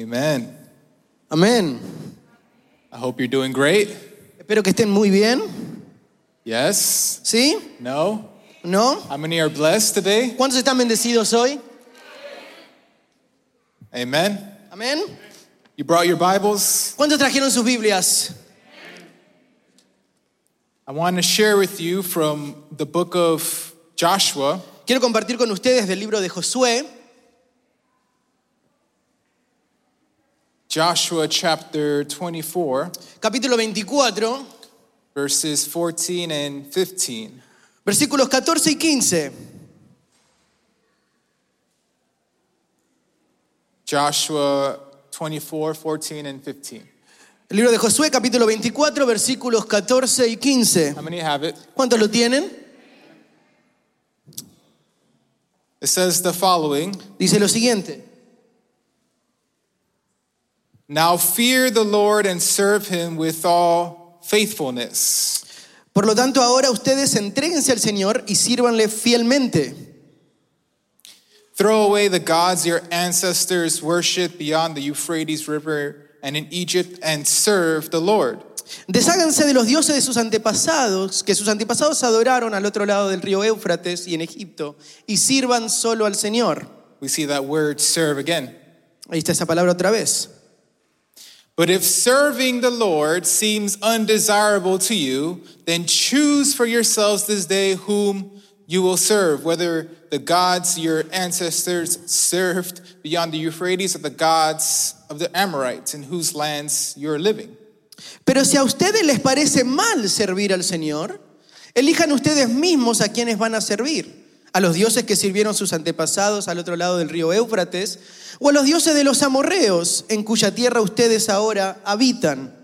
Amen. Amén. I hope you're doing great. Espero que estén muy bien. Yes? ¿Sí? No? ¿No? How many are blessed today? ¿Cuántos están bendecidos hoy? Amen. Amén. You brought your Bibles. ¿Cuántos trajeron sus Biblias? I want to share with you from the book of Joshua. Quiero compartir con ustedes del libro de Josué, Joshua chapter 24, capítulo 24, verses 14 and 15. versículos 14 y 15. Joshua 24, 14 and 15. El libro de Josué, capítulo 24, versículos 14 y 15. How many have it? ¿Cuántos lo tienen? It says the following Dice lo siguiente. Now fear the Lord and serve him with all faithfulness. Por lo tanto, ahora ustedes entréguense al Señor y sírvanle fielmente. Throw away the gods your ancestors worshiped beyond the Euphrates River and in Egypt and serve the Lord. Desháganse de los dioses de sus antepasados, que sus antepasados adoraron al otro lado del río Éufrates y en Egipto, y sirvan solo al Señor. We see that word serve again. Ahí está esa palabra otra vez. But if serving the Lord seems undesirable to you, then choose for yourselves this day whom you will serve, whether the gods your ancestors served beyond the Euphrates or the gods of the Amorites in whose lands you're living. Pero si a ustedes les parece mal servir al Señor, elijan ustedes mismos a quienes van a servir, a los dioses que sirvieron sus antepasados al otro lado del río Éufrates, o a los dioses de los amorreos, en cuya tierra ustedes ahora habitan.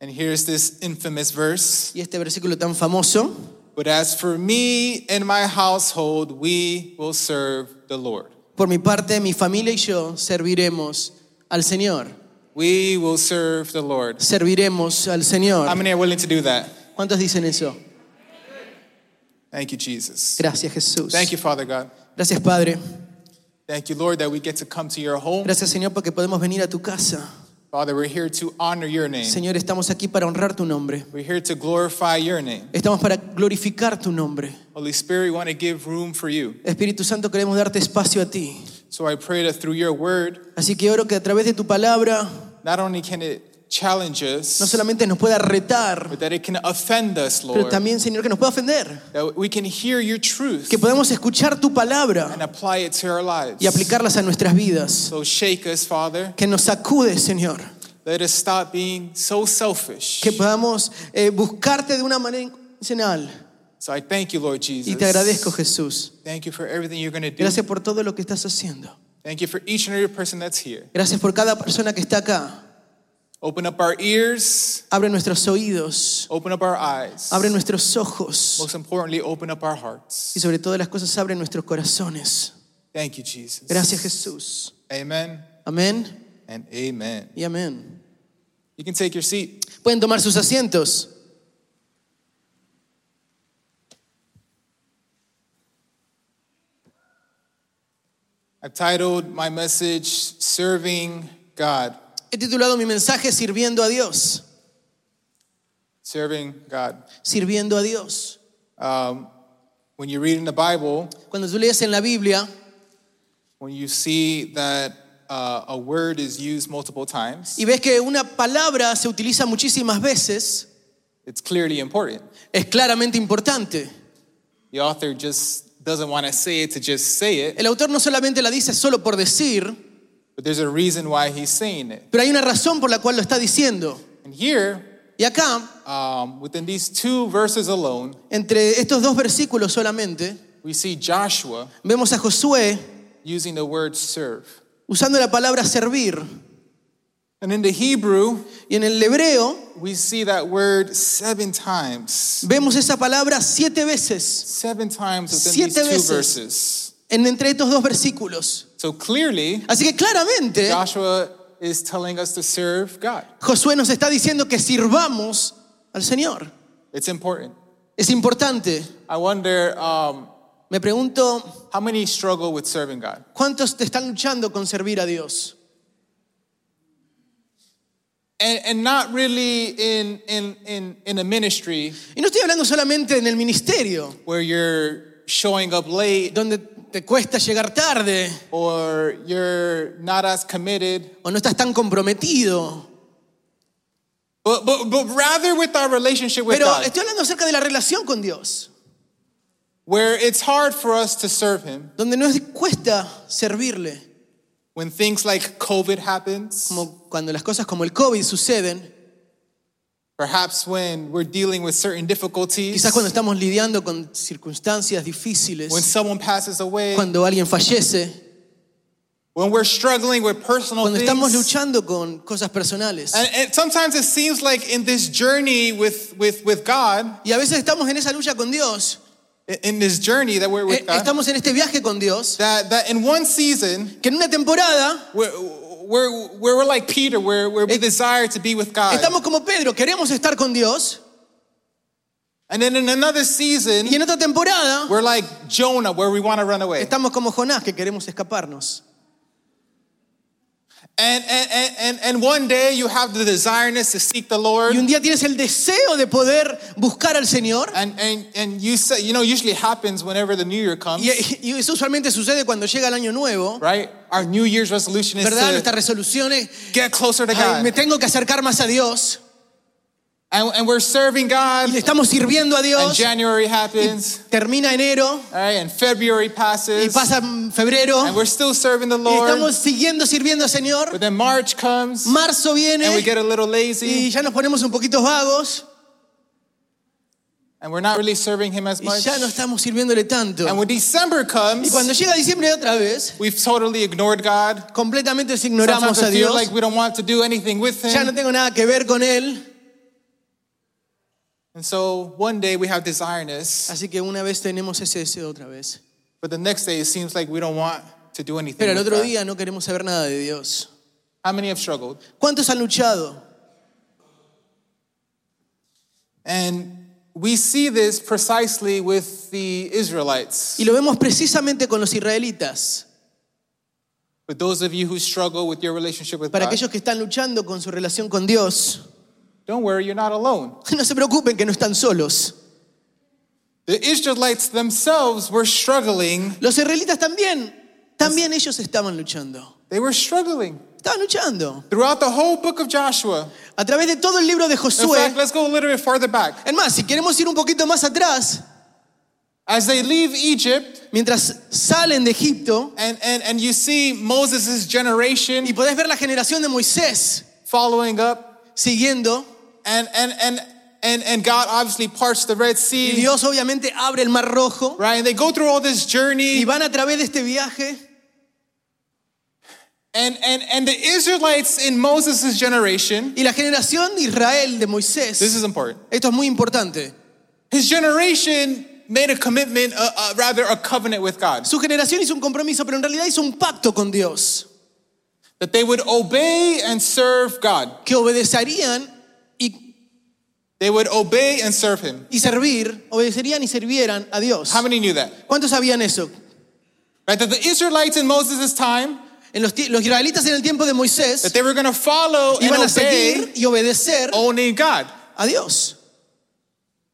And here's this infamous verse. Y este versículo tan famoso, But as for me and my household, we will serve the Lord. por mi parte, mi familia y yo serviremos al Señor, We will serve the Lord. serviremos al How Señor. many are willing to do that? ¿Cuántos dicen eso? Thank you, Jesus. Gracias Jesús. Thank you, Father God. Gracias Padre. Thank you, Lord, that we get to come to your home. Gracias Señor porque podemos venir a tu casa. Father, we're here to honor your name. Señor, estamos aquí para honrar tu nombre. We're here to glorify your name. Estamos para glorificar tu nombre. Holy Spirit, we want to give room for you. Espíritu Santo, queremos darte espacio a ti. So I pray that through your word, Así que oro que a través de tu palabra not only can it challenge no us, solamente nos pueda retar, but that it can offend us, pero Lord. también, Señor, que nos pueda ofender. That we can hear your truth Que podamos escuchar tu palabra and apply it to our lives. y aplicarlas a nuestras vidas. So shake us, Father. Que nos sacude, Señor. Let us stop being so selfish. Que podamos eh, buscarte de una manera incondicional. So I thank you, Lord Jesus. Y te agradezco, Jesús. Thank you for everything you're going to do. Gracias por todo lo que estás haciendo. Thank you for each and every person that's here. Gracias por cada persona que está acá. Open up our ears, Abre nuestros oídos. open up our eyes. Abre nuestros ojos. Most importantly, open up our hearts. y sobre todas las cosas abre nuestros corazones. Thank you, Jesus. Gracias Jesús. Amen Amén and amen. y amén. You can take your seat. Pueden tomar sus asientos. I've titled my message, Serving God. He titulado mi mensaje Sirviendo a Dios. Serving God. Sirviendo a Dios. Um, when you read in the Bible, Cuando tú lees en la Biblia, when you see that uh, a word is used multiple times, y ves que una palabra se utiliza muchísimas veces, it's clearly important. es claramente importante. The author just doesn't want to say it to just say it, El autor no solamente la dice solo por decir, but there's a reason why he's saying it. pero hay una razón por la cual lo está diciendo. And here, Y acá, um, within these two verses alone, entre estos dos versículos solamente, we see Joshua vemos a Josué using the word serve. usando la palabra servir. And in the Hebrew, Y en el hebreo we see that word seven times. Vemos esa palabra siete veces Seven times within Siete these veces. two verses. en entre estos dos versículos. So clearly, Así que claramente Joshua is telling us to serve God. Josué nos está diciendo que sirvamos al Señor. It's important. Es importante. I wonder um, Me pregunto, how many struggle with serving God? ¿cuántos te están luchando con servir a Dios? and, and not really in, in, in, in a ministry Y no estoy hablando solamente en el ministerio, where you're showing up late donde te cuesta llegar tarde or you're not as committed, o no estás tan comprometido. but, but, but rather with our relationship with Pero God, estoy hablando acerca de la relación con Dios, where it's hard for us to serve Him donde no es- cuesta servirle, when things like COVID happens, como cuando las cosas como el COVID suceden, perhaps when we're dealing with certain difficulties, quizás cuando estamos lidiando con circunstancias difíciles, when someone passes away, cuando alguien fallece, when we're struggling with personal cuando estamos things. luchando con cosas personales. And, and sometimes it seems like in this journey with, with, with God, Y a veces estamos en esa lucha con Dios, in this journey that we're eh, with God, estamos en este viaje con Dios, that, that in one season, que en una temporada we're, we're, we're, we're like Peter, where, where we Eh, desire to be with God. Estamos como Pedro, queremos estar con Dios. And then in another season, Y en otra temporada we're like Jonah, where we want to run away. estamos como Jonás, que queremos escaparnos. And, and, and, and, and one day you have the desireness to seek the Lord. Y un día tienes el deseo de poder buscar al Señor. And, and, and you say, you know, usually happens whenever the new year comes, Y, y eso usualmente sucede cuando llega el año nuevo, right? Our New Year's resolution is ¿verdad? to Nuestras resoluciones. get closer to Este, ay, God. me tengo que acercar más a Dios. And, and we're serving God. Y le estamos sirviendo a And Dios. January happens, Termina enero all right, and February y passes, pasa mm, febrero. and we're still serving the Y Lord. estamos siguiendo sirviendo al Señor. But then March comes, Marzo and we viene get a little y lazy, ya nos ponemos un poquito vagos and we're not really serving Him as y much. ya no estamos sirviéndole tanto. And when December Y comes, cuando llega diciembre otra vez, we've totally ignored God. completamente se Sometimes ignoramos a we feel Dios. like we don't want to do anything with Ya no Him. tengo nada que ver con Él. And so one day we have desireness, Así que una vez tenemos ese deseo otra vez. but the next day it seems like we don't want to do anything. Pero el with otro God. día no queremos saber nada de Dios. How many have struggled? ¿Cuántos han luchado? And we see this precisely with the Israelites. Y lo vemos precisamente con los israelitas. For those of you who struggle with your relationship with Para God, aquellos que están luchando con su relación con Dios, don't worry, you're not alone. no se preocupen que no están solos. The Israelites themselves were struggling. Los israelitas también, también ellos estaban luchando. They were struggling Estaban luchando. throughout the whole book of Joshua. A través de todo el libro de In fact, Josué. let's go a little bit farther back. Es más, si queremos ir un poquito más atrás, As they leave Egypt, mientras salen de Egipto, and, and, and you see Moses' generation y podés ver la generación de Moisés following up, siguiendo. and, and, and, and, and God obviously parts the Red Y Sea, Dios obviamente abre el mar rojo right? And they go through all this y journey, van a través de este viaje. and, and, and the Israelites in Moses' generation, Y la generación de Israel de Moisés, this is important. esto es muy importante, His generation made a commitment, uh, uh, rather a covenant with God, su generación hizo un compromiso, pero en realidad hizo un pacto con Dios, that they would obey and serve God. que obedecerían y, They would obey and serve Him. y servir, obedecerían y servieran a Dios. How many knew that? ¿Cuántos sabían eso? Right? That the Israelites in Moses' time, En los, tie- los israelitas en el tiempo de that Moisés they were going to follow and iban a obey seguir y obedecer only God. a Dios.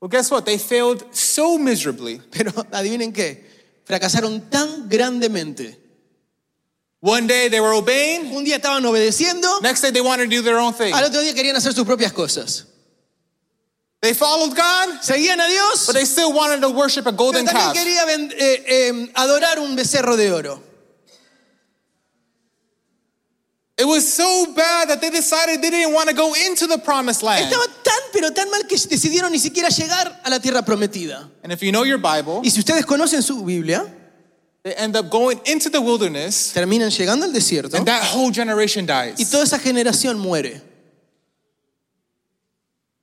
Well, guess what? They failed so miserably. Pero adivinen qué, fracasaron tan grandemente. One day they were obeying. Un día estaban obedeciendo, Next day they wanted to do their own thing. al otro día querían hacer sus propias cosas. They followed God, Seguían a Dios, but they still wanted to worship a pero golden calf. también querían eh, eh, adorar un becerro de oro. It was so bad that they decided they didn't want to go into the promised land. Estaba tan, pero tan mal que decidieron ni siquiera llegar a la tierra prometida. And if you know your Bible, Y si ustedes conocen su Biblia, They end up going into the wilderness, terminan llegando al desierto and that whole generation y dies. toda esa generación muere.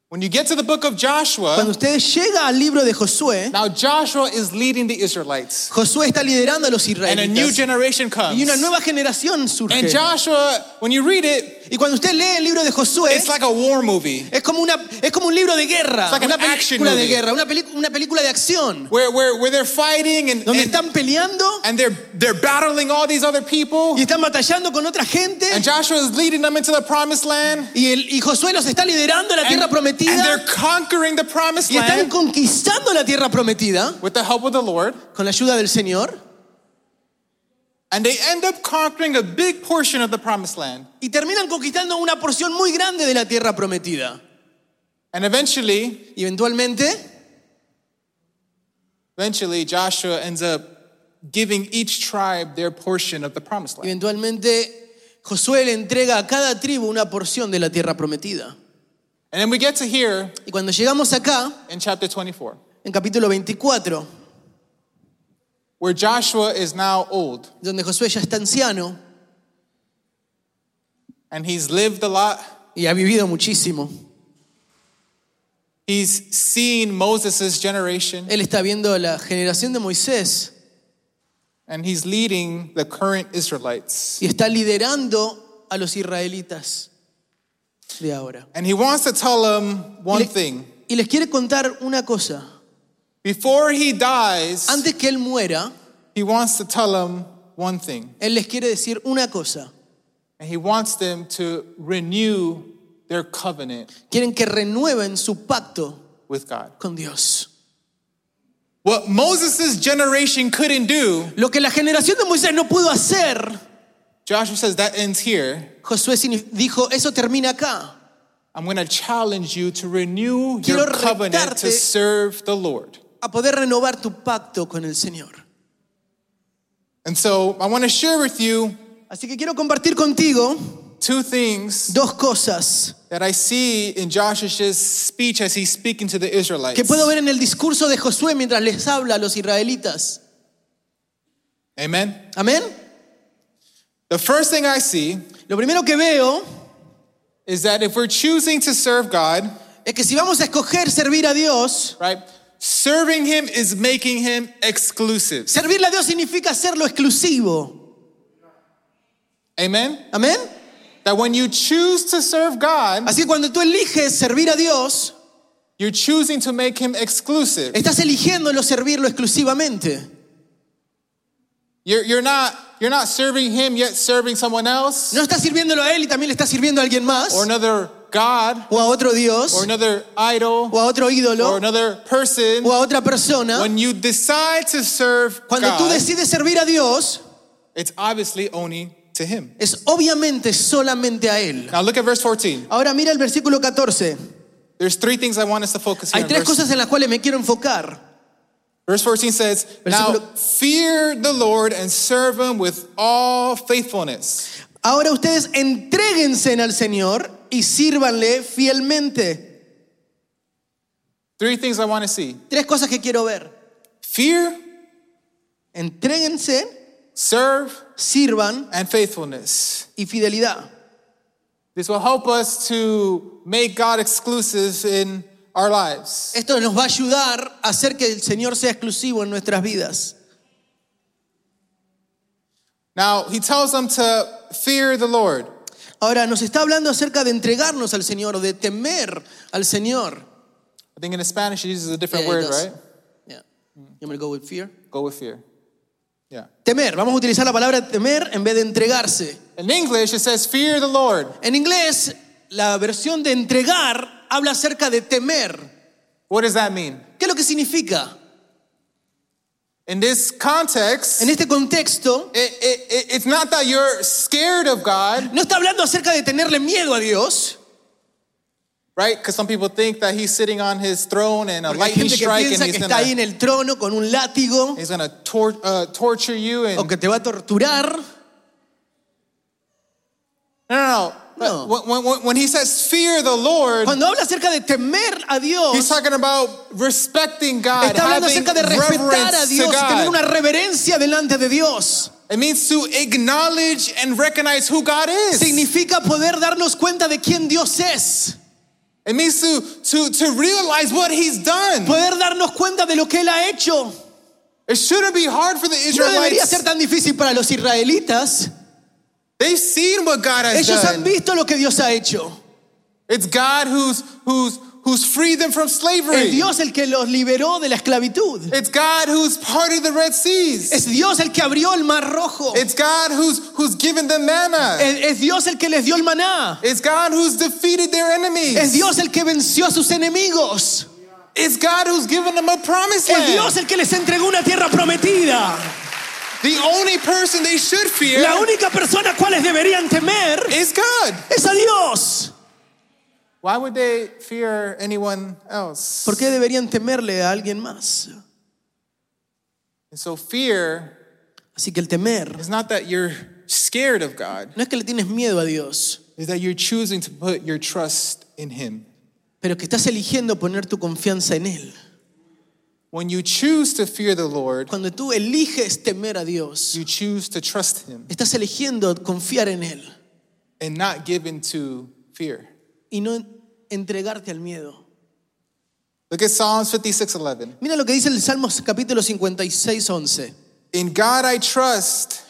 When you get to the book of Cuando Joshua, ustedes llegan al libro de Josué, now Joshua is leading the Israelites, Josué está liderando a los and a new israelitas generation y una comes. nueva generación surge. And Joshua, when you read it, Y cuando usted lee el libro de Josué, It's like a war movie es como, una, es como un libro de guerra, like an una action película de movie. guerra, una, peli- una película de acción, where, where, where they're fighting and, donde and, están peleando and they're, they're battling all these other people. y están batallando con otra gente. And Joshua is leading them into the promised land. Y, el- y Josué los está liderando a la And, tierra and they're prometida conquering the promised y están land conquistando la tierra prometida with the help of the Lord. con la ayuda del Señor And they end up conquering a big portion of the promised land. y terminan conquistando una porción muy grande de la tierra prometida. And eventually, Y eventualmente eventually Joshua ends up giving each tribe their portion of the promised land. Eventualmente Josué le entrega a cada tribu una porción de la tierra prometida. And then we get to here Y cuando llegamos acá, in chapter 24, en capítulo 24, where Joshua is now old donde Josué ya está anciano and he's lived a lot. y ha vivido muchísimo, He's seen Moses' generation él está viendo la generación de Moisés and he's leading the current Israelites. y está liderando a los israelitas de ahora. And he wants to tell them Y one le- thing. y les quiere contar una cosa. Before he dies, Antes que él muera, he wants to tell them one thing. él les quiere decir una cosa. And he wants them to renew their covenant Quieren que renueven su pacto with God. con Dios. What Moses' generation couldn't do, Lo que la generación de Moisés no pudo hacer, Joshua says that ends here. Josué signi- dijo, eso termina acá. I'm going to challenge you to renew your Quiero covenant to retarte. serve the Lord. A poder renovar tu pacto con el Señor. And so I want to share with you Así que quiero compartir contigo two things dos cosas that I see in Joshua's speech as he's speaking to the Israelites. que puedo ver en el discurso de Josué mientras les habla a los israelitas. Amen. Amén. The first thing I see Lo primero que veo is that if we're choosing to serve God, es que si vamos a escoger servir a Dios, right, serving Him is making Him exclusive. servirle a Dios significa hacerlo exclusivo. Amen. Amén. That when you choose to serve God, Así que cuando tú eliges servir a Dios, you're choosing to make Him exclusive. estás eligiéndolo servirlo exclusivamente. You're, you're not you're not serving Him yet serving someone else No estás sirviéndolo a Él y también le estás sirviendo a alguien más, or another God o a otro Dios, or another idol o a otro or ídolo, another person. o a otra persona. When you decide to serve Cuando tú God, decides servir a Dios, it's obviously only to Him. es obviamente solamente a Él. Now look at verse 14. Ahora mira el versículo 14. There's three things I want us to focus here. Hay on. tres Verse- cosas en las cuales me quiero enfocar. Verse 14 says, Now Versículo- fear the Lord and serve him with all faithfulness. Ahora ustedes entréguense al Señor y sírvanle fielmente. Three things I want to see Tres cosas que quiero ver. fear, Entréguense, serve, sirvan and faithfulness. y fidelidad. This will help us to make God exclusive in our lives. Esto nos va a ayudar a hacer que el Señor sea exclusivo en nuestras vidas. Now, he tells them to fear the Lord. Ahora, nos está hablando acerca de entregarnos al Señor, de temer al Señor. I think in Spanish, it uses a different Yeah, it word, does. right? Yeah. You wanna go with fear? Go with fear. Yeah. Temer, vamos a utilizar la palabra temer en vez de entregarse. In English, it says fear the Lord. En inglés, la versión de entregar habla acerca de temer. What does that mean? ¿Qué es lo que significa? In this context, En este contexto, It, it, it, it's not that you're scared of God, no está hablando acerca de tenerle miedo a Dios. right? Because some people think that he's sitting on his throne and a Porque hay lightning gente que strike and piensa que he's está ahí gonna, en el trono con un látigo he's gonna tor- uh, torture you. And o que te va a torturar. no, no, no. No. But When, when, when he says fear the Lord, Cuando habla acerca de temer a Dios, he's talking about respecting God, Está hablando having acerca de respetar a reverence to Dios, tener una God. reverencia delante de Dios. It means to acknowledge and recognize who God is. Significa poder darnos cuenta de quién Dios es, It means to to to realize what He's done. poder darnos cuenta de lo que Él ha hecho. It shouldn't be hard for the No debería Israelites. ser tan difícil para los israelitas. They've seen what God has Ellos han done. visto lo que Dios ha hecho. It's God who's who's who's freed them from Es slavery. Dios el que los liberó de la esclavitud. It's God who's parted the Red Seas. Es Dios el que abrió el mar rojo. Es, It's God who's who's given them manna. es Dios el que les dio el maná. It's God who's defeated their Es enemies. Dios el que venció a sus enemigos. It's God who's given them a promised Es Dios land. el que les entregó una tierra prometida. The only person they should fear La única persona a cuales deberían temer is God. es a Dios. Why would they fear anyone else? ¿Por qué deberían temerle a alguien más? And so fear Así que el temer is not that you're scared of God, no es que le tienes miedo a Dios, is that you're choosing to put your trust in him. pero que estás eligiendo poner tu confianza en Él. When you choose to fear the Lord, Cuando tú eliges temer a Dios, you choose to trust him estás eligiendo confiar en Él and not give in to fear. y no entregarte al miedo. Look at Psalms 56:11. Mira lo que dice el Salmos capítulo 56, 11. In God I trust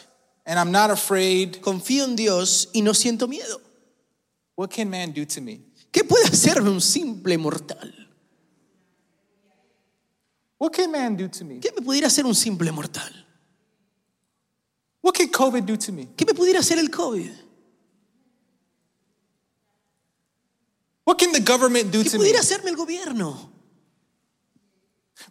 and I'm not afraid. Confío en Dios y no siento miedo. What can man do to me? ¿Qué puede hacerme un simple mortal? What can man do to me? ¿Qué me pudiera hacer un simple mortal? What can COVID do to me? ¿Qué me pudiera hacer el COVID? What can the government do ¿Qué to me? pudiera hacerme el gobierno?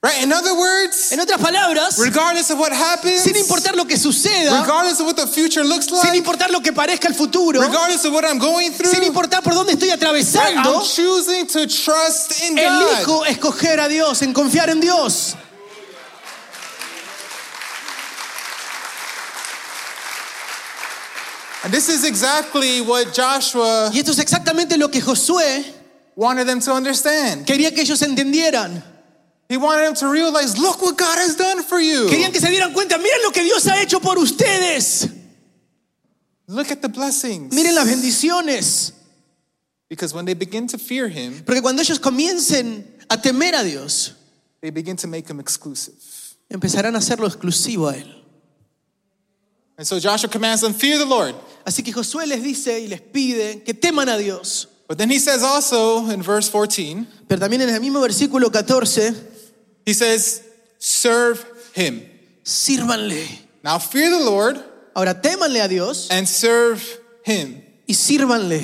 Right? In other words, En otras palabras, regardless of what happens, sin importar lo que suceda, regardless of what the future looks sin like, importar lo que parezca el futuro, regardless of what I'm going sin through, importar por dónde estoy atravesando, I'm choosing to trust in God. elijo escoger a Dios, en confiar en Dios. And this is exactly what Joshua Y esto es exactamente lo que Josué wanted them to understand. quería que ellos entendieran. He wanted them to realize, look what God has done for you. Querían que se dieran cuenta, miren lo que Dios ha hecho por ustedes. Look at the blessings. Miren las bendiciones. Because when they begin to fear him, Porque cuando ellos comiencen a temer a Dios, they begin to make him exclusive. empezarán a hacerlo exclusivo a Él. And so Joshua commands them, fear the Lord. Así que Josué les dice y les pide que teman a Dios. But then he says also in verse 14, Pero también en el mismo versículo 14, he says, serve him. sírvanle. Now fear the Lord Ahora témanle a Dios and serve him. y sírvanle.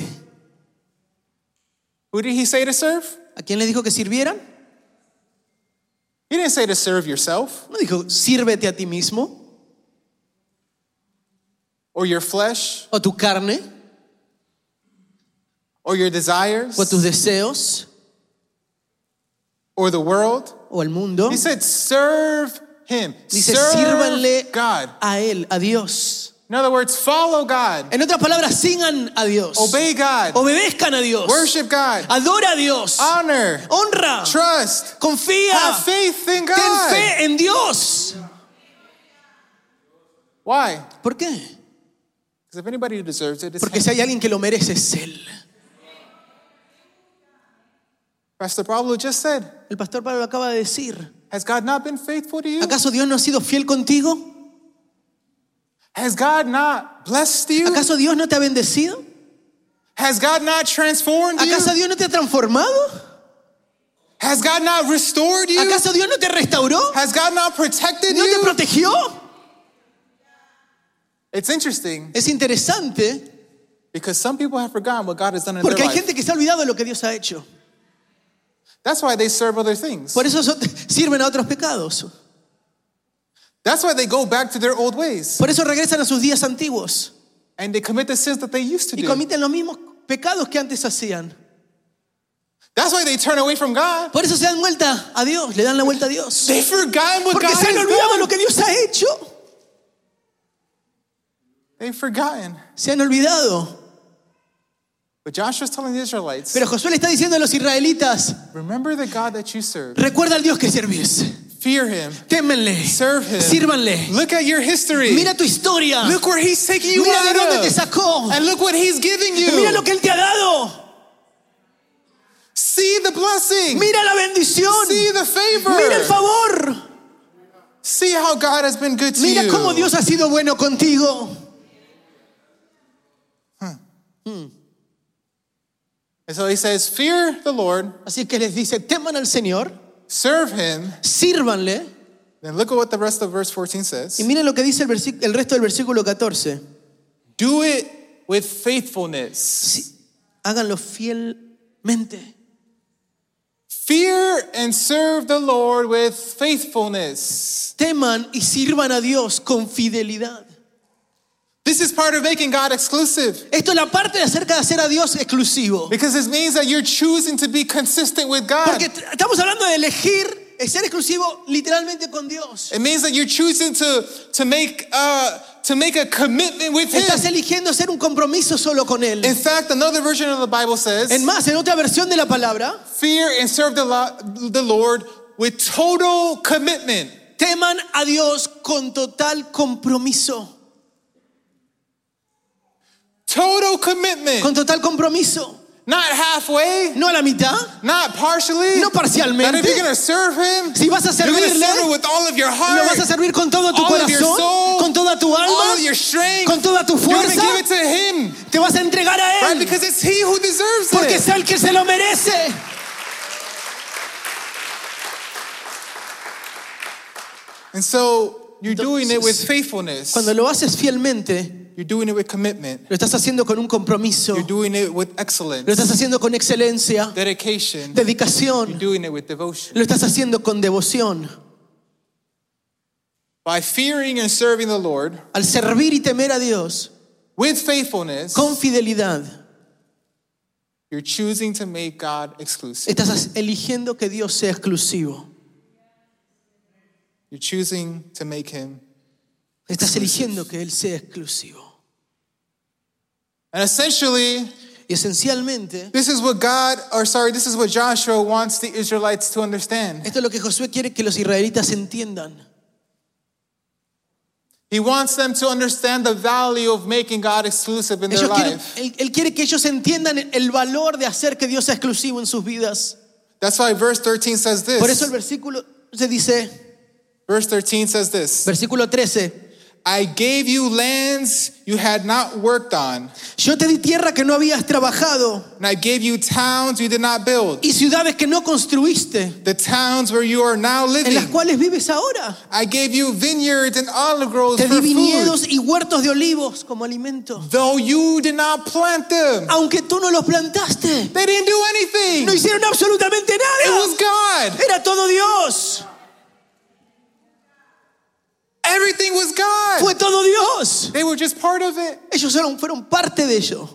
Who did he say to serve? ¿A quién les dijo que sirvieran? He didn't say to serve yourself No dijo, sírvete a ti mismo or your flesh o tu carne or your desires o tus deseos or the world. o al mundo. He said, serve him. Dice, serve sírvanle God. a Él, a Dios. In other words, follow God. En otras palabras, sigan a Dios. Obey God. Obedezcan a Dios. Worship God. Adora a Dios. Honor. Honra. Trust. Confía. Have faith in Ten God. fe en Dios. Why? ¿Por qué? Because if anybody who deserves it, it's Porque him. si hay alguien que lo merece es Él. Pastor Pablo just said, El pastor Pablo acaba de decir. Has God not been faithful to you? ¿Acaso Dios no ha sido fiel contigo? Has God not blessed you? ¿Acaso Dios no te ha bendecido? Has God not transformed you? ¿Acaso Dios no te ha transformado? Has God not restored you? ¿Acaso Dios no te restauró? Has God not protected ¿No te you? protegió? It's interesting Es interesante because some people have forgotten what God has done in their porque hay life. gente que se ha olvidado de lo que Dios ha hecho. That's why they serve other things. Por eso son- sirven a otros pecados. That's why they go back to their old ways Por eso regresan a sus días antiguos and they commit the sins that they used to y do. cometen los mismos pecados que antes hacían. That's why they turn away from God. Por eso se dan vuelta a Dios, le dan la vuelta a Dios. They forgot what Porque God se han has olvidado done. lo que Dios ha hecho. They've forgotten. Se han olvidado. But Joshua's telling the Israelites, Pero Josué le está diciendo a los israelitas, remember the God that you serve. recuerda al Dios que servís. Fear him. Témenle. Serve him. Sírvanle. Look at your history. Mira tu historia. Look where he's taking you Mira de out dónde te of. sacó. And look what he's giving you. Mira lo que Él te ha dado. See the blessing. Mira la bendición. See the favor. Mira el favor. See how God has been good to Mira you. cómo Dios ha sido bueno contigo. And so he says, Fear the Lord, Así que les dice, teman al Señor, serve him. sírvanle. Then look at what the rest of verse 14 Y says miren lo que dice el, versi- el resto del versículo 14. Do it with faithfulness. Sí, háganlo fielmente. Fear and serve the Lord with faithfulness. Teman y sirvan a Dios con fidelidad. This is part of making God exclusive Esto es la parte de acerca de hacer a Dios exclusivo. because it means that you're choosing to be consistent with God. Porque t- estamos hablando de elegir eh, ser exclusivo literalmente con Dios. It means that you're choosing to, to, make, uh, to make a commitment with Estás Him. eligiendo hacer un compromiso solo con In Él. fact, another version of the Bible En says, más, en otra versión de la palabra, Fear and serve the, lo- the Lord with total commitment. teman a Dios con total compromiso. Total commitment. Con total compromiso. Not halfway, No a la mitad. not partially. No parcialmente. Not if you're going to serve Him, Si vas a you're going to servirle, serve Him with all of your Lo vas heart. a servir con todo tu all of your corazón, soul, con toda tu all alma, of your strength. con toda tu You're gonna fuerza. give it to Him, Te vas a entregar a right? Él. Because it's He who deserves Porque it. es el que se lo merece. And so you're doing it with Entonces, faithfulness. Cuando lo haces fielmente, You're doing it with commitment. lo estás haciendo con un compromiso, You're lo doing it with excellence, estás haciendo con excelencia, dedication. You're dedicación, doing it with devotion. lo estás haciendo con devoción. By fearing and serving the Lord Al servir y temer a Dios with faithfulness, con fidelidad, you're choosing to make God exclusive. estás as- eligiendo que Dios sea exclusivo. You're choosing to make Him. Estás eligiendo que Él sea exclusivo. And essentially, Y esencialmente, this is what God, or sorry, this is what Joshua wants the Israelites to understand. esto es lo que Josué quiere que los israelitas entiendan. He wants them to understand the value of making God exclusive in their Ellos quieren- life. él, él quiere que ellos entiendan el valor de hacer que Dios sea exclusivo en sus vidas. That's why verse 13 says Por eso this. el versículo se dice, Verse 13 says this. versículo 13, I gave you lands you had not worked on, yo te di tierra que no habías trabajado and I gave you towns you did not build, y ciudades que no construiste, the towns where you are now en las living. cuales vives ahora. I gave you vineyards and olive groves Te di for food, viñedos y huertos de olivos como alimento. though you did not plant them. Aunque tú no los plantaste, They didn't do anything. no It hicieron absolutamente was nada. God. Era todo Dios. Everything was God. Fue todo Dios. They were just part of it. Ellos fueron, fueron parte de ello.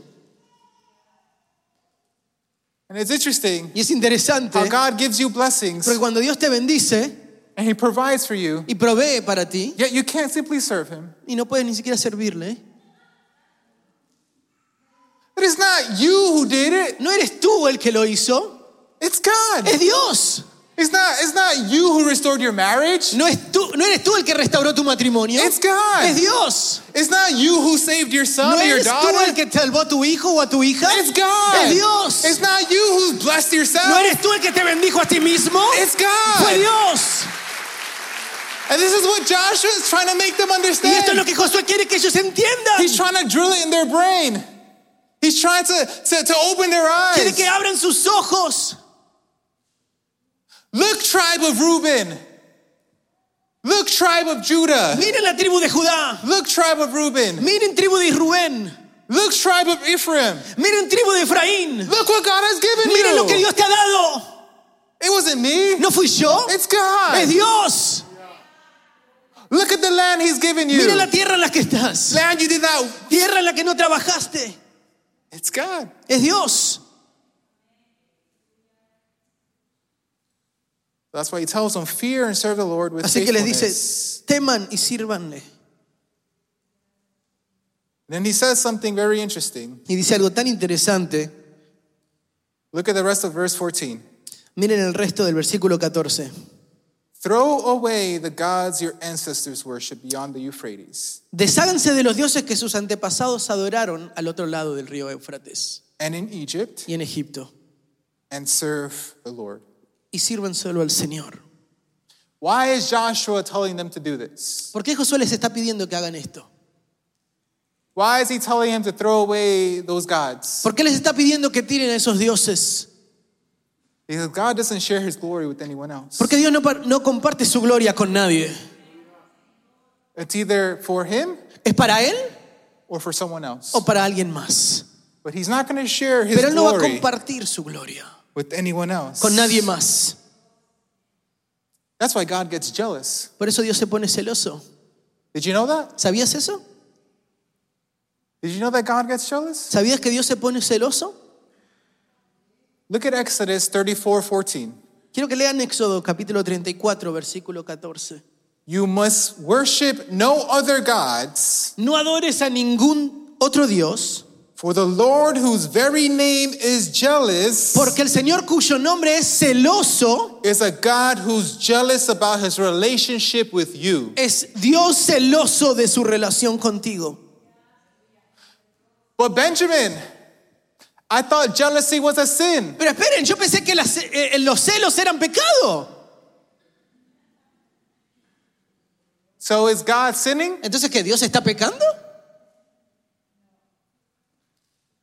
And it's interesting Y es interesante how God gives you blessings porque cuando Dios te bendice and He provides for you, y provee para ti, yet you can't simply serve Him. y no puedes ni siquiera servirle. ¿eh? But it's not you who did it. No eres tú el que lo hizo, It's God. es Dios. It's not, it's not you who restored your marriage. No, es tú, no eres tú el que restauró tu matrimonio, It's God. es Dios. It's not you who saved your son No or your eres tú daughter. el que salvó a tu hijo o a tu hija, It's God. es Dios. It's not you who blessed yourself. No eres tú el que te bendijo a ti mismo, It's God. fue Dios. And this is what Joshua is trying to make them Y esto es lo understand. que Josué quiere que ellos entiendan. He's trying to drill it in their brain. He's trying to, to, to open their Quiere eyes. que abran sus ojos. Look, tribe of Reuben. Look, tribe of Judah. Miren la tribu de Judá, Look, tribe of Reuben. miren tribu de Rubén, Look, tribe of Ephraim. miren tribu de Efraín. Look what God has Miren lo given que you. Dios te ha dado. It wasn't me. No fui yo, It's es God. Dios. Look at the land He's given you. Mira la tierra en la que estás. Land you did not. Tierra en la que no trabajaste. It's God. Es Dios. That's why he tells them, fear and serve the Lord with Así que les faithfulness." dice, teman y sírvanle. Then he says something very interesting. Y dice algo tan interesante. Look at the rest of verse 14. Miren el resto del versículo 14. Throw away the gods your ancestors worship beyond the Euphrates, Desháganse de los dioses que sus antepasados adoraron al otro lado del río Éufrates and in Egypt, y en Egipto. and serve the Lord. Y sirvan solo al Señor. Why is Joshua telling them to do this? ¿Por qué Josué les está pidiendo que hagan esto? Why is he telling him to throw away those gods? ¿Por qué les está pidiendo que tiren a esos dioses? Because God doesn't share his glory with anyone else. Porque Dios no, par- no comparte su gloria con nadie. It's either for him ¿Es para Él or for someone else. o para alguien más? But he's not going to share his Oh. Pero Él no va a glory compartir su gloria with anyone else. con nadie más. That's why God gets jealous. Por eso Dios se pone celoso. Did you know that? ¿Sabías eso? Did you know that God gets jealous? ¿Sabías que Dios se pone celoso? Look at Exodus 34 14. Quiero que lean Éxodo capítulo 34, versículo 14. You must worship no other gods, No adores a ningún otro Dios, for the Lord, whose very name is jealous, porque el Señor cuyo nombre es celoso is a God who's jealous about his relationship with you. es Dios celoso de su relación contigo. But Benjamin, I thought jealousy was a sin. Pero esperen, yo pensé que las- eh, eh, los celos eran pecado. So is God sinning? Entonces, ¿que Dios está pecando?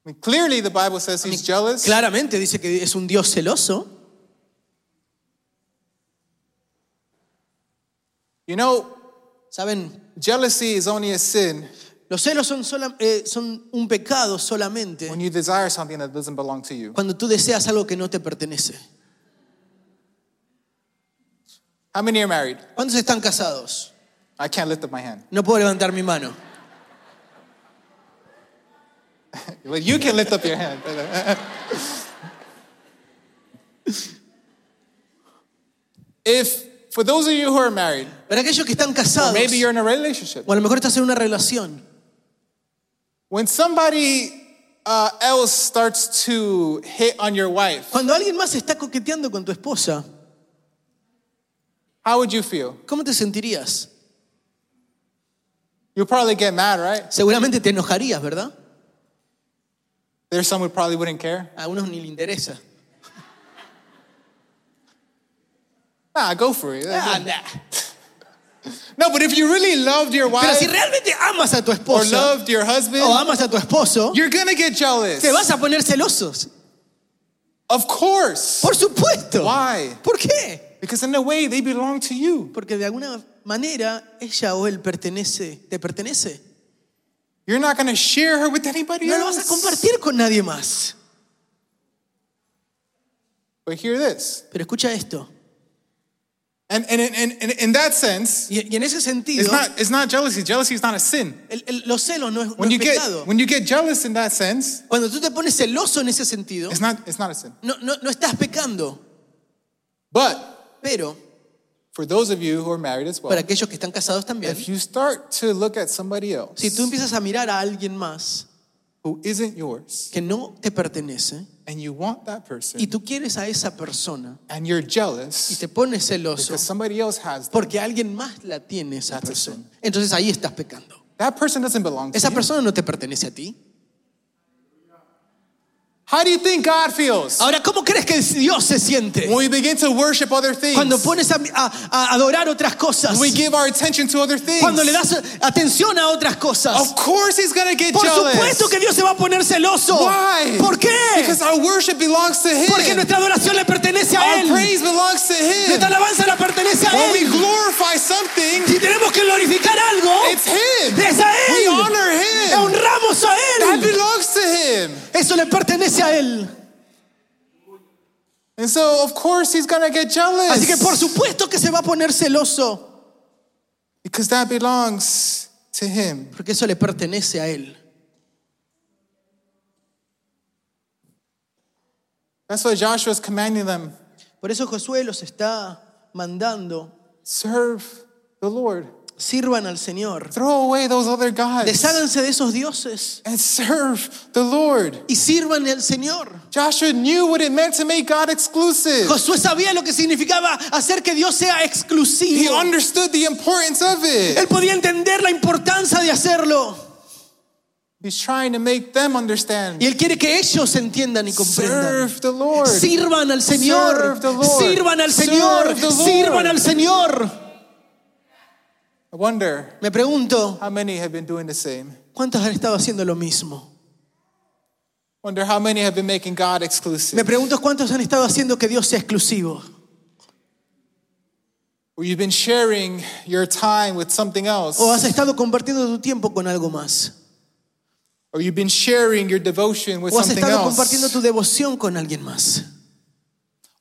I mean, clearly, the Bible says he's jealous. Claramente dice que es un Dios celoso. You know, Saben, jealousy is only a sin los celos son, sola- eh, son un pecado solamente when you desire something that doesn't belong to you. cuando tú deseas algo que no te pertenece. How many are married? ¿Cuántos están casados? I can't lift up my hand. No puedo levantar mi mano. Well, you can lift up your hand. if, for those of you who are married, Pero aquellos que están or casados, maybe you're in a relationship, o a lo mejor estás en una relación, when somebody uh, else starts to hit on your wife, cuando alguien más está coqueteando con tu esposa, how would you feel? ¿cómo te sentirías? You'll probably get mad, right? Seguramente te enojarías, ¿verdad? There's some who probably wouldn't care. A unos ni le interesa. Nah, go for it. Ah, nah. No, but if you really loved your Pero si wife realmente amas a tu or esposa loved your husband, o amas a tu esposo, you're gonna get jealous. te vas a poner celosos. Of course. Por supuesto. Why? ¿Por qué? Because in a way, they belong to you. Porque de alguna manera ella o él pertenece, te pertenece. You're not gonna share her with anybody No lo else. vas a compartir con nadie más. But hear this. Pero escucha esto. And, and, and, and, and in that sense, Y, y en ese sentido, it's not, it's not jealousy. Jealousy is not a sin. el- el- los celos no es, no When es you, get, pecado. when you get jealous in that sense, Cuando tú te pones celoso en ese sentido, it's not, it's not a sin. no, no, no estás pecando. But Pero for those of you who are married as well, para aquellos que están casados también, if you start to look at somebody else si tú empiezas a mirar a alguien más who isn't yours que no te pertenece and you want that person, y tú quieres a esa persona and you're y jealous te pones celoso because somebody else has them, porque alguien más la tiene esa That's a persona, entonces ahí estás pecando. that person doesn't belong to Esa you. persona no te pertenece a ti. How do you think God feels Ahora, ¿cómo crees que Dios se siente when we begin to worship other things? cuando pones a, a- a adorar otras cosas? When we give our attention to other things? Cuando le das atención a otras cosas. of course he's going to get Por jealous. supuesto que Dios se va a poner celoso. Why? ¿Por qué? Because our worship belongs to him. Porque nuestra adoración le pertenece a our Él. praise belongs to him. Nuestra alabanza le pertenece a when we Él. glorify something, Si tenemos que glorificar algo, it's him. es a We Él. honor him. Le honramos a That Él. belongs to him. Eso le pertenece a Él. And so of course he's going to get jealous. Así que por supuesto que se va a poner celoso. because that belongs to him. Porque eso le pertenece a Él. That's why Joshua's commanding them, Por eso Josué los está mandando. serve the Lord. Sirvan al Señor. Throw away those other gods Desháganse de esos dioses. and serve the Lord. Y sirvan al Señor. Joshua knew what it meant to make God exclusive. Josué sabía lo que significaba hacer que Dios sea He exclusivo. understood the importance of it. Él podía entender la importancia de hacerlo. He's trying to make them understand. Y él quiere que ellos entiendan y comprendan. Serve the Lord. Sirvan al Señor. Serve the Lord. Sirvan al Señor. Serve the Lord. Sirvan al Señor. I wonder Me pregunto, how many have been doing the same. ¿Cuántos han estado haciendo lo mismo? Wonder how many have been making God Me exclusive. pregunto cuántos han estado haciendo que Dios sea exclusivo. Where you've been sharing your time with something else. O has estado compartiendo tu tiempo con algo más. Or you've been sharing your devotion with O has something estado compartiendo else. tu devoción con alguien más.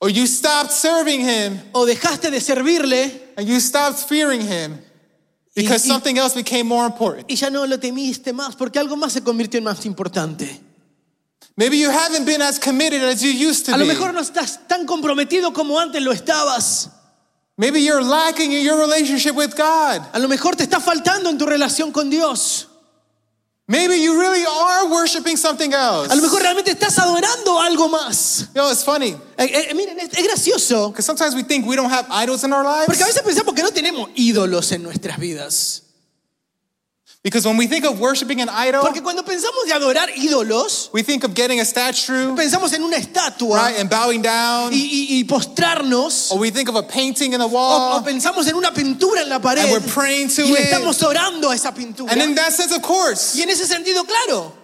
Or you stopped serving Him O dejaste de servirle and you stopped fearing Him y, because y- something else became more important. y ya no lo temiste más porque algo más se convirtió en más importante. Maybe you haven't been as committed as you used to A lo be. mejor no estás tan comprometido como antes lo estabas. Maybe you're lacking in your relationship with God. A lo mejor te está faltando en tu relación con Dios. Maybe you really are worshiping something else. A lo mejor realmente estás adorando algo más. You know, it's funny Eh, eh, miren, es, es gracioso. because sometimes we think we don't have idols in our Porque a lives. veces pensamos que no tenemos ídolos en nuestras vidas. Because when we think of worshiping an idol, Porque cuando pensamos de adorar ídolos, we think of getting a statue, pensamos en una estatua right, and bowing down. y, y- y postrarnos. Or we think of a painting in the O, o wall. pensamos en una pintura en la pared Oh. And we're praying to y le it. estamos orando a esa pintura. And in that sense, of course, Y en ese sentido, claro.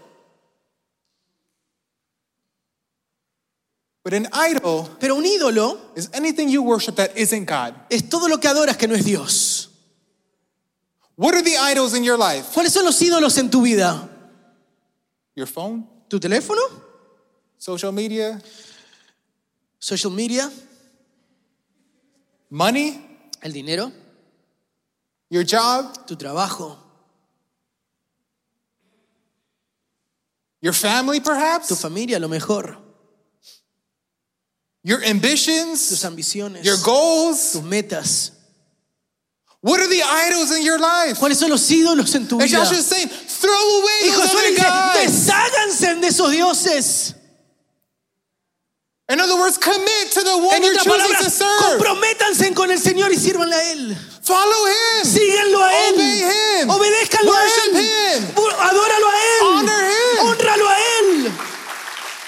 But an idol Pero un ídolo is anything you worship that isn't God. es todo lo que adoras que no es Dios. What are the idols in your life? ¿Cuáles son los ídolos en tu vida? Your phone, ¿Tu teléfono? social media, ¿Social media? money, ¿El dinero? your job, ¿Tu trabajo? your family, ¿Tu perhaps, familia? a Lo mejor. your ¿Tus ambitions, ambiciones? your goals. ¿Tus metas? What are the idols in your life? ¿Cuáles son los ídolos en tu And vida? Joshua's saying, throw away Y those Josué other dice, gods. desháganse de esos dioses. In other words, commit to the one En you're otras choosing to palabras, serve. comprométanse con el Señor y sírvanle a Él. Follow him. Síganlo a Él. Obey him. Obedézcanlo a Worship Él. him. Bu- Adóralo a Él. Honor him. Honralo a Él.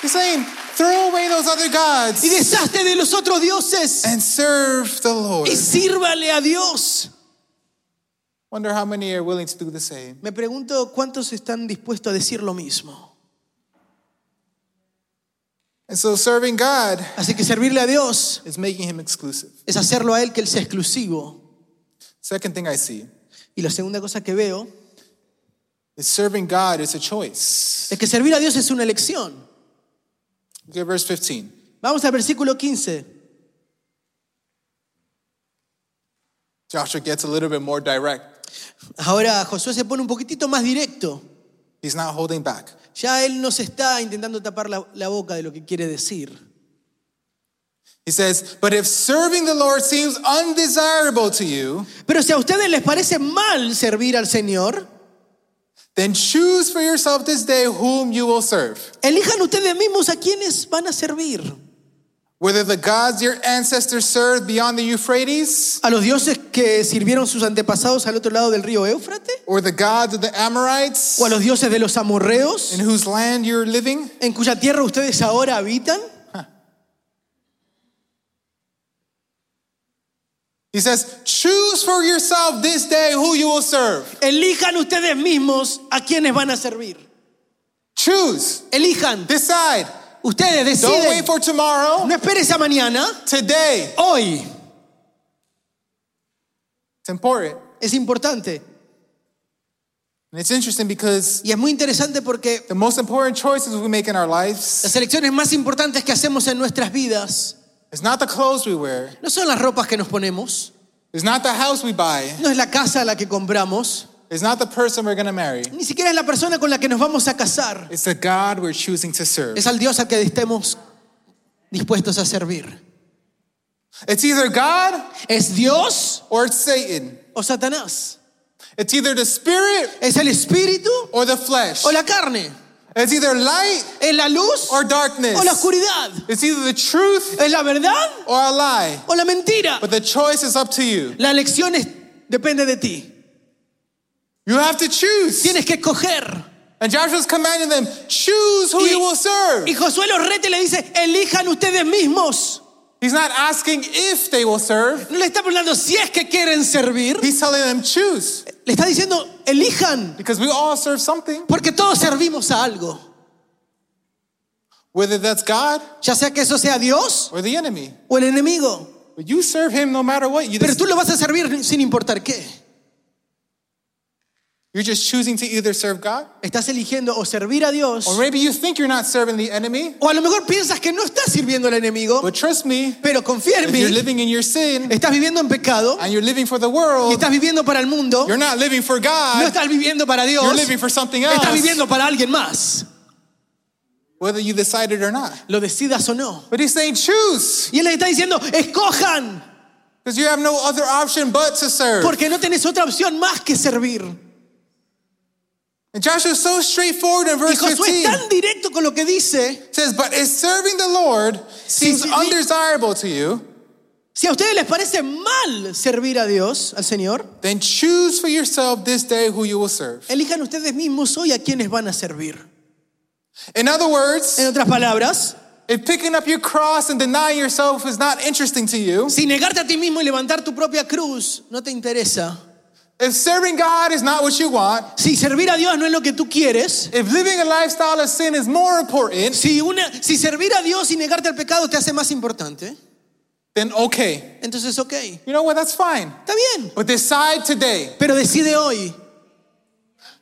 He's saying, throw away those other gods Y deshazte de los otros dioses. and serve the Lord. Y sírvale a Dios. Wonder how many are willing to do the same. Me pregunto cuántos están dispuestos a decir lo mismo. And so serving God Así que servirle a Dios is making him exclusive. es hacerlo a Él que Él sea exclusivo. Second thing I see Y la segunda cosa que veo is serving God is a choice. es que servir a Dios es una elección. Look at verse 15. Vamos al versículo 15. Joshua gets a little bit more direct. Ahora Josué se pone un poquitito más directo. He's not holding back. Ya él no se está intentando tapar la, la boca de lo que quiere decir. He says, But if serving the Lord seems undesirable to you, Pero si a ustedes les parece mal servir al Señor, then choose for yourself this day whom you will serve, elijan ustedes mismos a quienes van a servir. whether the gods your ancestors served beyond the Euphrates, ¿A los dioses que sirvieron sus antepasados al otro lado del río Éufrates? or the gods of the Amorites ¿O a los dioses de los amorreos in whose land you're living. en cuya tierra ustedes ahora habitan? He says, Choose for yourself this day who you will serve. Elijan ustedes mismos a quienes van a servir. Choose. Elijan. Decide. Ustedes Don't deciden. wait for tomorrow. No esperes a mañana. Today. Hoy. It's important. Es importante. And it's interesting because Y es muy interesante porque the most important choices we make in our lives Las elecciones más importantes que hacemos en nuestras vidas is not the clothes we wear, no son las ropas que nos ponemos, it's not the house we buy, no es la casa a la que compramos, it's not the person we're going to marry. ni siquiera es la persona con la que nos vamos a casar, It's the God we're choosing to serve. es al Dios al que estemos dispuestos a servir. It's either God ¿Es Dios or it's Satan. o Satanás? It's either the spirit ¿Es el espíritu or the flesh. o la carne? It's either light ¿Es la luz or darkness. o la oscuridad? It's either the truth ¿Es la verdad or a lie. o la mentira? But the choice is up to you. La elección es- depende de ti. You have to choose. Tienes que escoger. And Joshua's commanding them, choose who Y- you will serve. Y Josué los rete y le dice, elijan ustedes mismos. He's not asking if they will serve. No le está preguntando si es que quieren servir. He's telling them, choose. Le está diciendo, elijan, Because we all serve something, porque todos servimos a algo. whether that's God Ya sea que eso sea Dios or the enemy. o el enemigo. But you serve him no matter what. You Pero just, tú lo vas a servir sin importar qué. you're just choosing to either serve God, Estás eligiendo o servir a Dios. or maybe you think you're not serving the enemy. O a lo mejor piensas que no estás sirviendo al enemigo. But trust me, Pero confía en if you're mí, living in your sin estás viviendo en pecado and you're living for the y world, estás viviendo para el mundo. you're not living for No God. estás viviendo para Dios. You're living for something Estás else, viviendo para alguien más. whether you decide it or not. Lo decidas o no. But he's saying choose, Y él le está diciendo, escojan, because you have no other option but to serve. porque no tenés otra opción más que servir. And Joshua's so straightforward in Y verse Josué es 15. tan directo con lo que dice. says, But if serving the Lord seems sí, sí. undesirable to you, Si a ustedes les parece mal servir a Dios, al Señor, then choose for yourself this day who you will serve. elijan ustedes mismos hoy a quienes van a servir. In other words, En otras palabras, if picking up your cross and denying yourself is not interesting to you, si negarte a ti mismo y levantar tu propia cruz no te interesa, if serving God is not what you want, si servir a Dios no es lo que tú quieres, if living a lifestyle of sin is more important, si, una, si servir a Dios y negarte al pecado te hace más importante, then okay. entonces ok, está You know what? That's fine. bien, But decide today. pero decide hoy,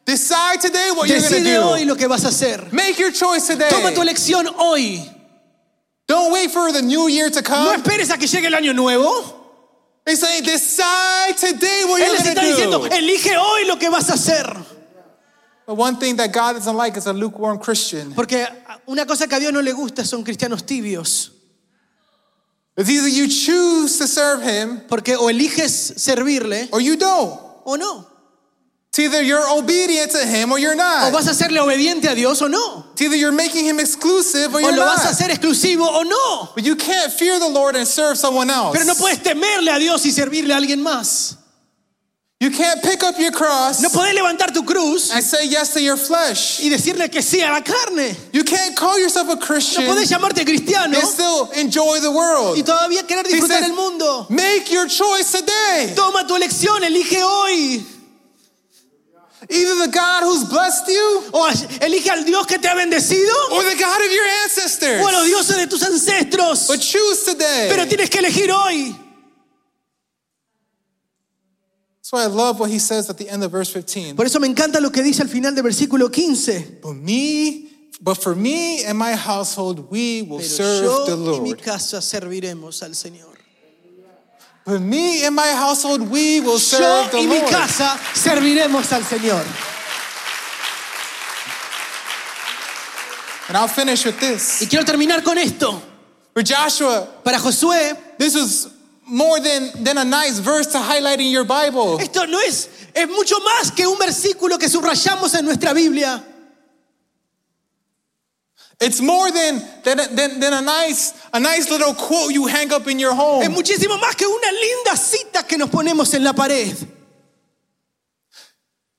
Decide today what you're going decide hoy to lo que vas a hacer. do. Make your choice today. Toma tu elección hoy. Don't wait for the new year to No come. esperes a que llegue el año nuevo. It's saying decide today what Él you're les going está to diciendo, do. elige hoy lo que vas a hacer. But one thing that God doesn't like is a lukewarm Christian. Porque una cosa que a Dios no le gusta son cristianos tibios. It's either you choose to serve Him Porque o eliges servirle or you don't. o no. It's either you're obedient to Him or you're O not. vas a serle obediente a Dios o no. It's either you're making Him exclusive or O you're lo vas a not. hacer exclusivo o no. But you can't fear the Lord and serve someone else. Pero no puedes temerle a Dios y servirle a alguien más. You can't pick up your cross No puedes levantar tu cruz and say yes to your flesh. y decirle que sí a la carne. You can't call yourself a No Christian puedes llamarte cristiano and still enjoy the y world. todavía querer disfrutar Dice- el mundo. Make your choice today. Toma tu elección, elige hoy. Either the God who's blessed you O elige al Dios que te ha bendecido or the God of your ancestors. o a los dioses de tus ancestros. But choose today. Pero tienes que elegir hoy. That's why I love what he says at the end of verse 15. Por eso me encanta lo que dice al final del versículo 15. But me, but for me and my household, we will Pero serve the yo y mi Lord. casa serviremos al Señor. For me and my household, we will serve Yo the y mi Lord. casa serviremos al Señor. And I'll finish with Y this. quiero terminar con esto. For Joshua, Para Josué, this was more than, than a nice verse to highlight in your Bible. Esto no es, es mucho más que un versículo que subrayamos en nuestra Biblia. It's more than, than, than, than a, nice, a nice little quote you hang up in your Es home. muchísimo más que una linda cita que nos ponemos en la pared.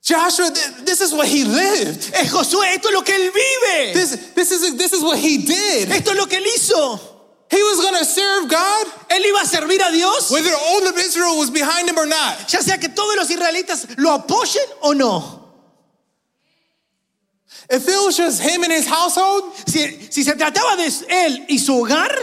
Joshua, th- this is what he lived. Es Josué, esto es lo que él vive. This, this, is, this is what he did. Esto es lo que él hizo. He was going to serve God Él iba a servir a Dios, whether all of Israel was behind him or not. ya sea que todos los israelitas lo apoyen o no. If it was just him and his household, Si, si se trataba de él y su hogar,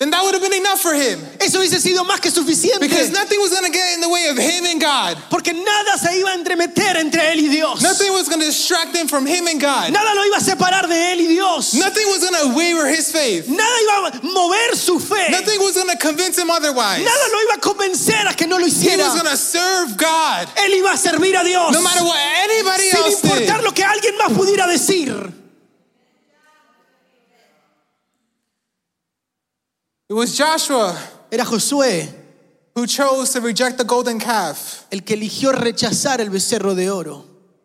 then that would have been enough for him. eso hubiese sido más que Because suficiente. nothing was going to get in the way of him and God. Porque nada se iba a entremeter entre él y Dios. Nothing was going to distract him from him and God. Nada lo iba a separar de él y Dios. Nothing was going to waver his faith. Nada iba a mover su fe. Nothing was going to convince him otherwise. Nada lo iba a convencer a que no lo He hiciera. was going to serve God Él iba a servir a Dios. no matter what anybody sin else did. importar lo que alguien más pudiera decir. It was Joshua Era Josué who chose to reject the golden calf, el que eligió rechazar el becerro de oro.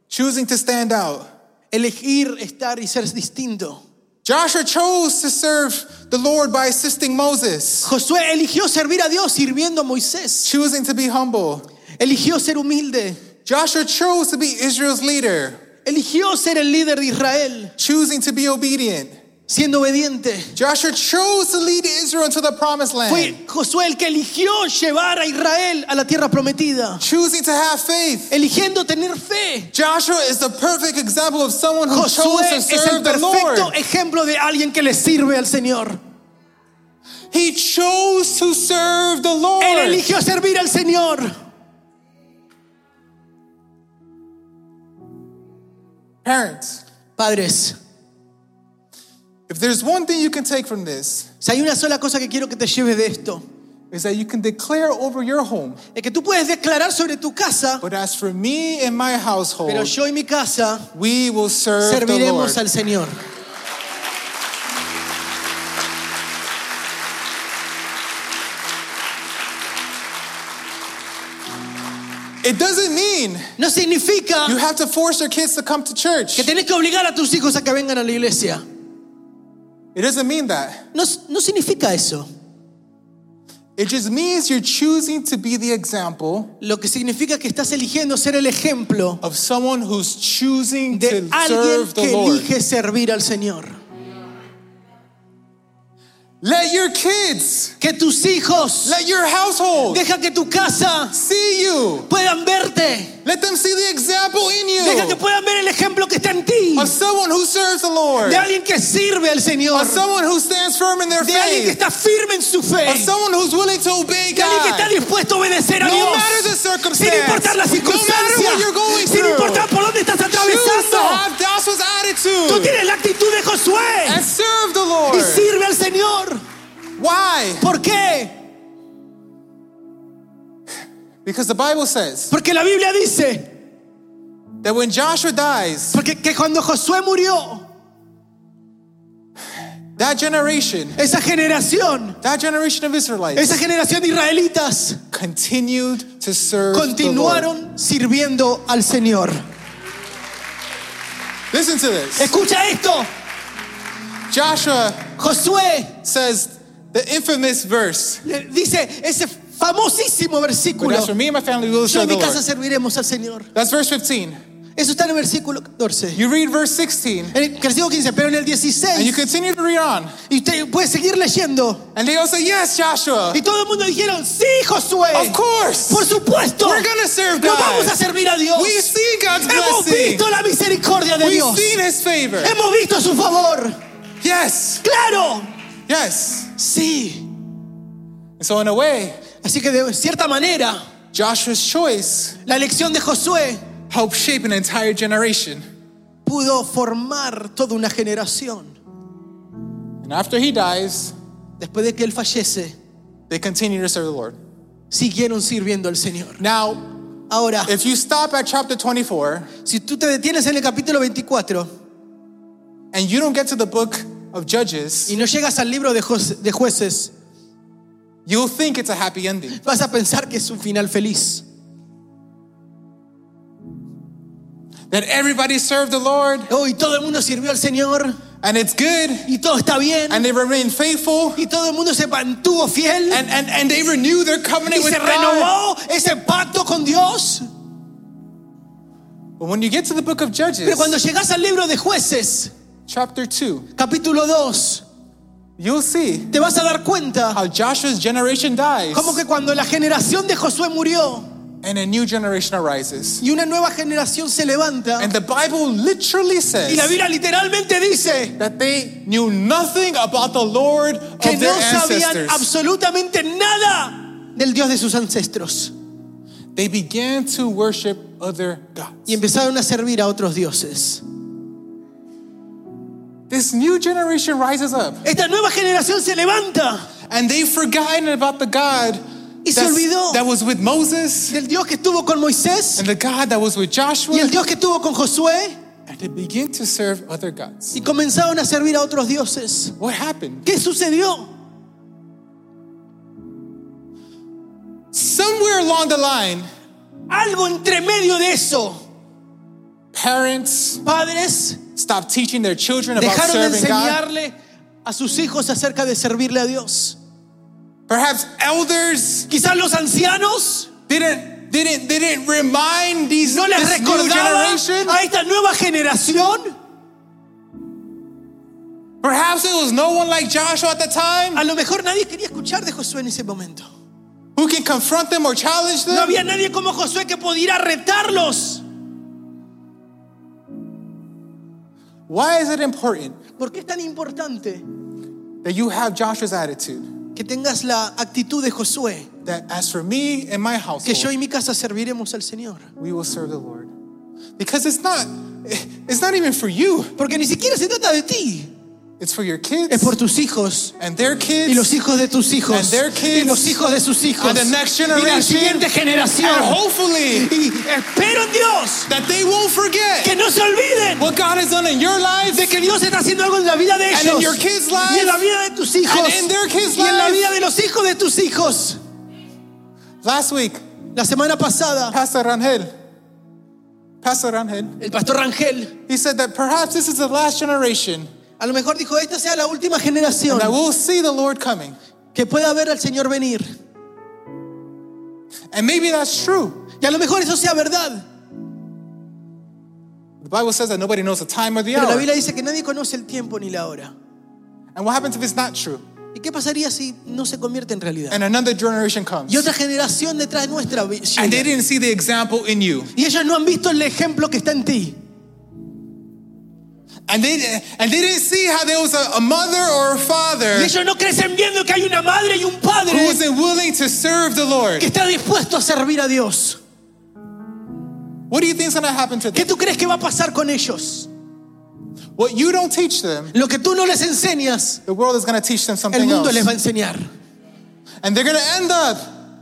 choosing to stand out. Elegir estar y ser distinto. Joshua chose to serve the Lord by assisting Moses, Josué eligió servir a Dios sirviendo a Moisés. choosing to be humble. Eligió ser humilde. Joshua chose to be Israel's leader, Eligió ser el líder de Israel. choosing to be obedient. siendo obediente. Joshua chose to lead Israel into the promised land, Fue Josué el que eligió llevar a Israel a la tierra prometida, choosing to have faith. eligiendo tener fe. Joshua is the perfect example of someone who chose Josué to es el serve the perfecto Lord. ejemplo de alguien que le sirve al Señor. He chose to serve the Él Lord. eligió servir al Señor. Parents, Padres, if there's one thing you can take from this, si hay una sola cosa que quiero que te lleves de esto, is that you can declare over your home. es que tú puedes declarar sobre tu casa, But as for me and my pero household, yo y mi casa we will serve the Lord. serviremos al Señor. It doesn't mean No significa you have to force your kids to come to church. que It tenés que obligar a tus hijos a que vengan a la iglesia. doesn't mean that. No, no significa eso. It just means you're choosing to be the example Lo que significa que estás eligiendo ser el ejemplo of someone who's choosing de to alguien serve the que Lord. elige servir al Señor. Let your kids, Que tus hijos, let your household deja que tu casa see you. puedan verte. Let them see the example in Deja que you puedan ver el ejemplo que está en ti. of someone who serves the Lord, De alguien que sirve al Señor. of someone who stands firm in their De alguien que faith, está firme en su fe. of someone who's willing to obey De alguien que está God. dispuesto a obedecer a No Dios. matter the Sin circumstance, importar las no matter circunstancias. what you're going Sin importar through, por dónde estás choose to atravesando. have Joshua's Tú attitude tienes la actitud de Josué. and serve the Y Lord. sirve al Señor. Why? ¿Por qué? Because the Bible says Porque la Biblia dice that when Joshua dies, porque que cuando Josué murió, that generation, esa generación, that generation of Israelites, esa generación de israelitas continued to serve the Lord. continuaron sirviendo al Señor. Listen to this. Escucha esto. Joshua Josué says the infamous verse. Le dice ese famosísimo But versículo. as for me and my family, we will Yo en serve the mi casa Lord. serviremos al Señor. That's verse 15. Eso está en el versículo 14. You read verse 16, En el versículo 15, pero en el and you 16. continue to read on. Y usted puede seguir leyendo. And they all say, Yes, Joshua. Y todo el mundo dijeron, sí, Josué. Of Por course. supuesto. We're gonna serve Nos God. vamos a servir a Dios. We've seen God's Hemos blessing. visto la misericordia de We've Dios. seen his favor. Hemos visto su favor. Yes. Claro. Yes. Sí. And so, in a way, Así que de cierta manera, Joshua's choice la elección de Josué helped shape an entire generation. pudo formar toda una generación. And after he dies, Después de que él fallece, they continue to serve the Lord. siguieron sirviendo al Señor. Now, Ahora, if you stop at chapter 24 si tú te detienes en el capítulo 24 and you don't get to the book of Judges, y no llegas al libro de, Jos- de jueces, you'll think it's a happy ending. vas a pensar que es un final feliz. That everybody served the Lord Oh, y todo el mundo sirvió al Señor and it's good y todo está bien and they remain faithful y todo el mundo se mantuvo fiel and, and, and they renew their y covenant with se God. renovó ese pacto con Dios. But when you get to the book of Pero cuando Judges, llegas al libro de jueces, chapter 2, capítulo 2, you'll see te vas a dar cuenta how Joshua's generation dies como que cuando la generación de Josué murió and a new generation arises. y una nueva generación se levanta And the Bible literally y la says Biblia literalmente dice that they knew nothing about the Lord of que no their sabían ancestors. absolutamente nada del Dios de sus ancestros They began to worship other y gods. empezaron a servir a otros dioses. This new generation rises up Esta nueva generación se levanta and they've forgotten about the God Y se that's- olvidó. that was with Moses del Dios que estuvo con Moisés and the God that was with y el Joshua. Dios que estuvo con Josué And they begin to serve other gods. y comenzaron a servir a otros dioses. What happened? ¿Qué sucedió? Somewhere along the line, Algo entre medio de eso. parents Padres stopped teaching their children about dejaron de serving God. enseñarle a sus hijos acerca de servirle a Dios. Perhaps elders Quizás los ancianos didn't didn't didn't remind these no les this new recordaban generation a esta nueva generación Perhaps there was no one like Joshua at the time A lo mejor nadie quería escuchar de Josué en ese momento. who can confront them or challenge No them. había nadie como Josué que pudiera retarlos. Why is it important ¿Por qué es tan importante that you have Joshua's attitude que tengas la actitud de Josué? that as for me and my Que yo household, y mi casa serviremos al Señor. we will serve the Lord? Because it's not it's not even for you. Porque ni siquiera se trata de ti. It's for your Es kids por tus hijos. and their kids Y los hijos de tus And hijos. their kids. Y los hijos de sus hijos. And the next y la generation. siguiente and generación. hopefully Y espero en Dios that they won't que forget no se olviden what God has done in your life de que Dios está haciendo algo en la vida de And ellos. in your kids' lives. y en la vida de tus hijos. And in their kids' y en la lives. vida de los hijos de tus hijos. Last week, La semana pasada, Pastor Rangel, Pastor Rangel, el pastor Rangel he said that perhaps this is the last generation a lo mejor dijo, esta sea la última generación that will see the Lord coming. que pueda ver al Señor venir. And maybe that's true. Y a lo mejor eso sea verdad. The Bible says that nobody knows the time or the Pero la hour. Biblia dice que nadie conoce el tiempo ni la hora. And what happens if it's not true? ¿Y qué pasaría si no se convierte en realidad? And another generation comes. Y otra generación detrás nuestra vi- llega. And they didn't see the example in you. y ellos no han visto el ejemplo que está en ti. And they, and they didn't see how there was a, a mother or a Y father ellos no crecen viendo que hay una madre y un who padre wasn't willing to serve the Lord. que está dispuesto a servir a Dios. What do you think is going to happen to them? ¿Qué tú crees que va a pasar con ellos? What you don't teach them, Lo que tú no les enseñas, the world is going to teach them el something mundo les va a else. enseñar. And they're going to end up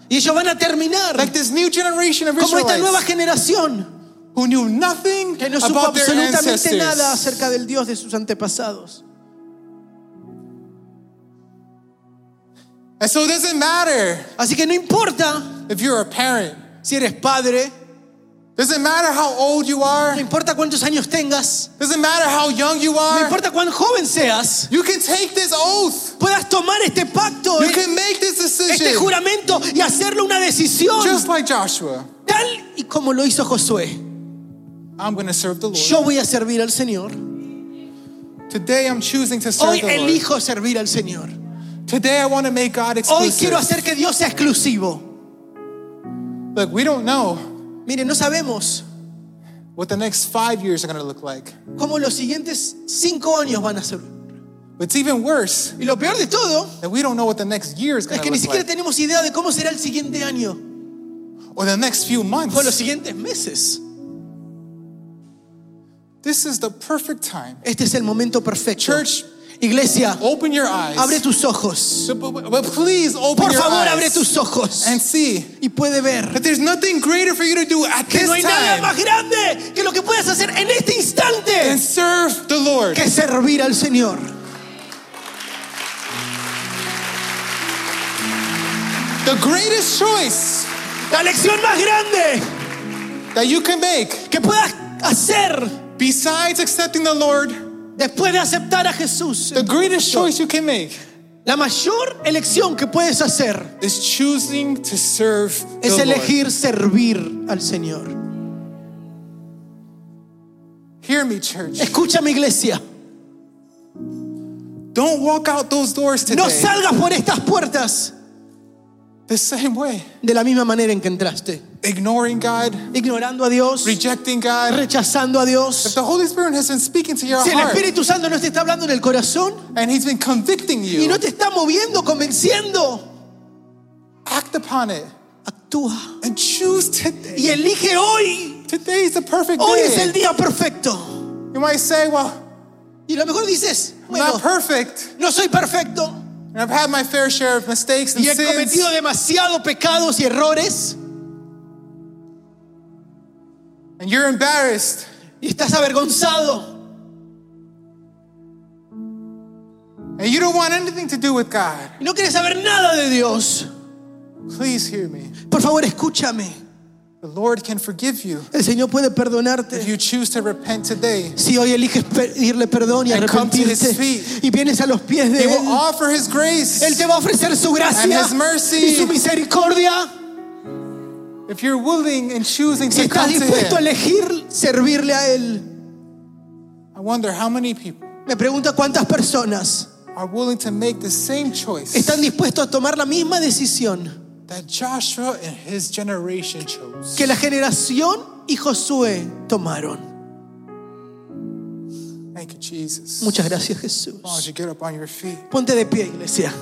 Y ellos van a terminar Like this new generation of como esta nueva Israelites generación who knew nothing que no supo about their absolutamente nada ancestors. acerca del Dios de sus antepasados. And so it doesn't matter Así que no importa if you're a parent. si eres padre, Doesn't matter how old you are. no importa cuántos años tengas, Doesn't matter how young you no are. importa cuán joven seas, You can take this oath. puedas tomar este pacto, You can make this este decision. juramento y hacerlo una decisión Just like Joshua. tal y como lo hizo Josué. I'm going to serve the Lord. Yo voy a servir al Señor. Today I'm choosing to serve Hoy the Lord. elijo servir al Señor. Today I want to make God Hoy exclusive. quiero hacer que Dios sea exclusivo. Look, we don't know Mire, no sabemos what the next five years are going to look like. cómo los siguientes cinco años van a ser. It's even worse Y lo peor de todo that we don't know what the next year is going es to que ni look siquiera like. tenemos idea de cómo será el siguiente año Or the next few o Pues los months. siguientes meses. This is the perfect time. Este es el momento perfecto. Church, Iglesia, Open your eyes. abre tus ojos. So, but, but please open Por your favor, eyes abre tus ojos. and see Y puede ver that there's nothing greater for you to do at que this no hay nada más time grande que lo que puedas hacer en este than instante serve the Lord. que servir al Señor. The greatest choice La lección más grande that you can make que puedas hacer besides accepting the Lord, después de aceptar a Jesús. the greatest choice you can make La mayor elección que puedes hacer is choosing to serve es the Lord. elegir servir al Señor. Hear me, church. Escúchame, iglesia. Don't walk out those doors today No salgas por estas puertas the same way, de la misma manera en que entraste. ignoring God, Ignorando a Dios, rejecting God. rechazando a Dios. If the Holy Spirit has been speaking to your Si el heart Espíritu Santo no te está hablando en el corazón and He's been convicting y you, no te está moviendo, convenciendo, act upon it. actúa and choose today. y elige hoy. Today is the perfect Hoy day. es el día perfecto. You might say, well, Y a lo mejor dices, I'm bueno, not perfect, no soy perfecto and I've had my fair share of mistakes and y he sins, cometido demasiados pecados y errores and you're embarrassed. y estás avergonzado And you don't want anything to do with God. y no quieres saber nada de Dios. Please hear me. Por favor, escúchame. The Lord can forgive you El Señor puede if perdonarte. you choose to repent today. Si hoy eliges pedirle perdón y And come to his arrepentirte feet. y vienes a los pies de He Él, will offer His Él grace te va a ofrecer su gracia And his mercy. y su misericordia. if you're willing and choosing Si to estás come to dispuesto a Him. elegir servirle a Él, I wonder how many people Me pregunta cuántas personas are willing to make the same choice están dispuestos a tomar la misma decisión that Joshua and his generation chose. que la generación y Josué tomaron. Thank you, Jesus. Muchas gracias, Why don't Jesús. you get up on your feet? Ponte de pie, iglesia.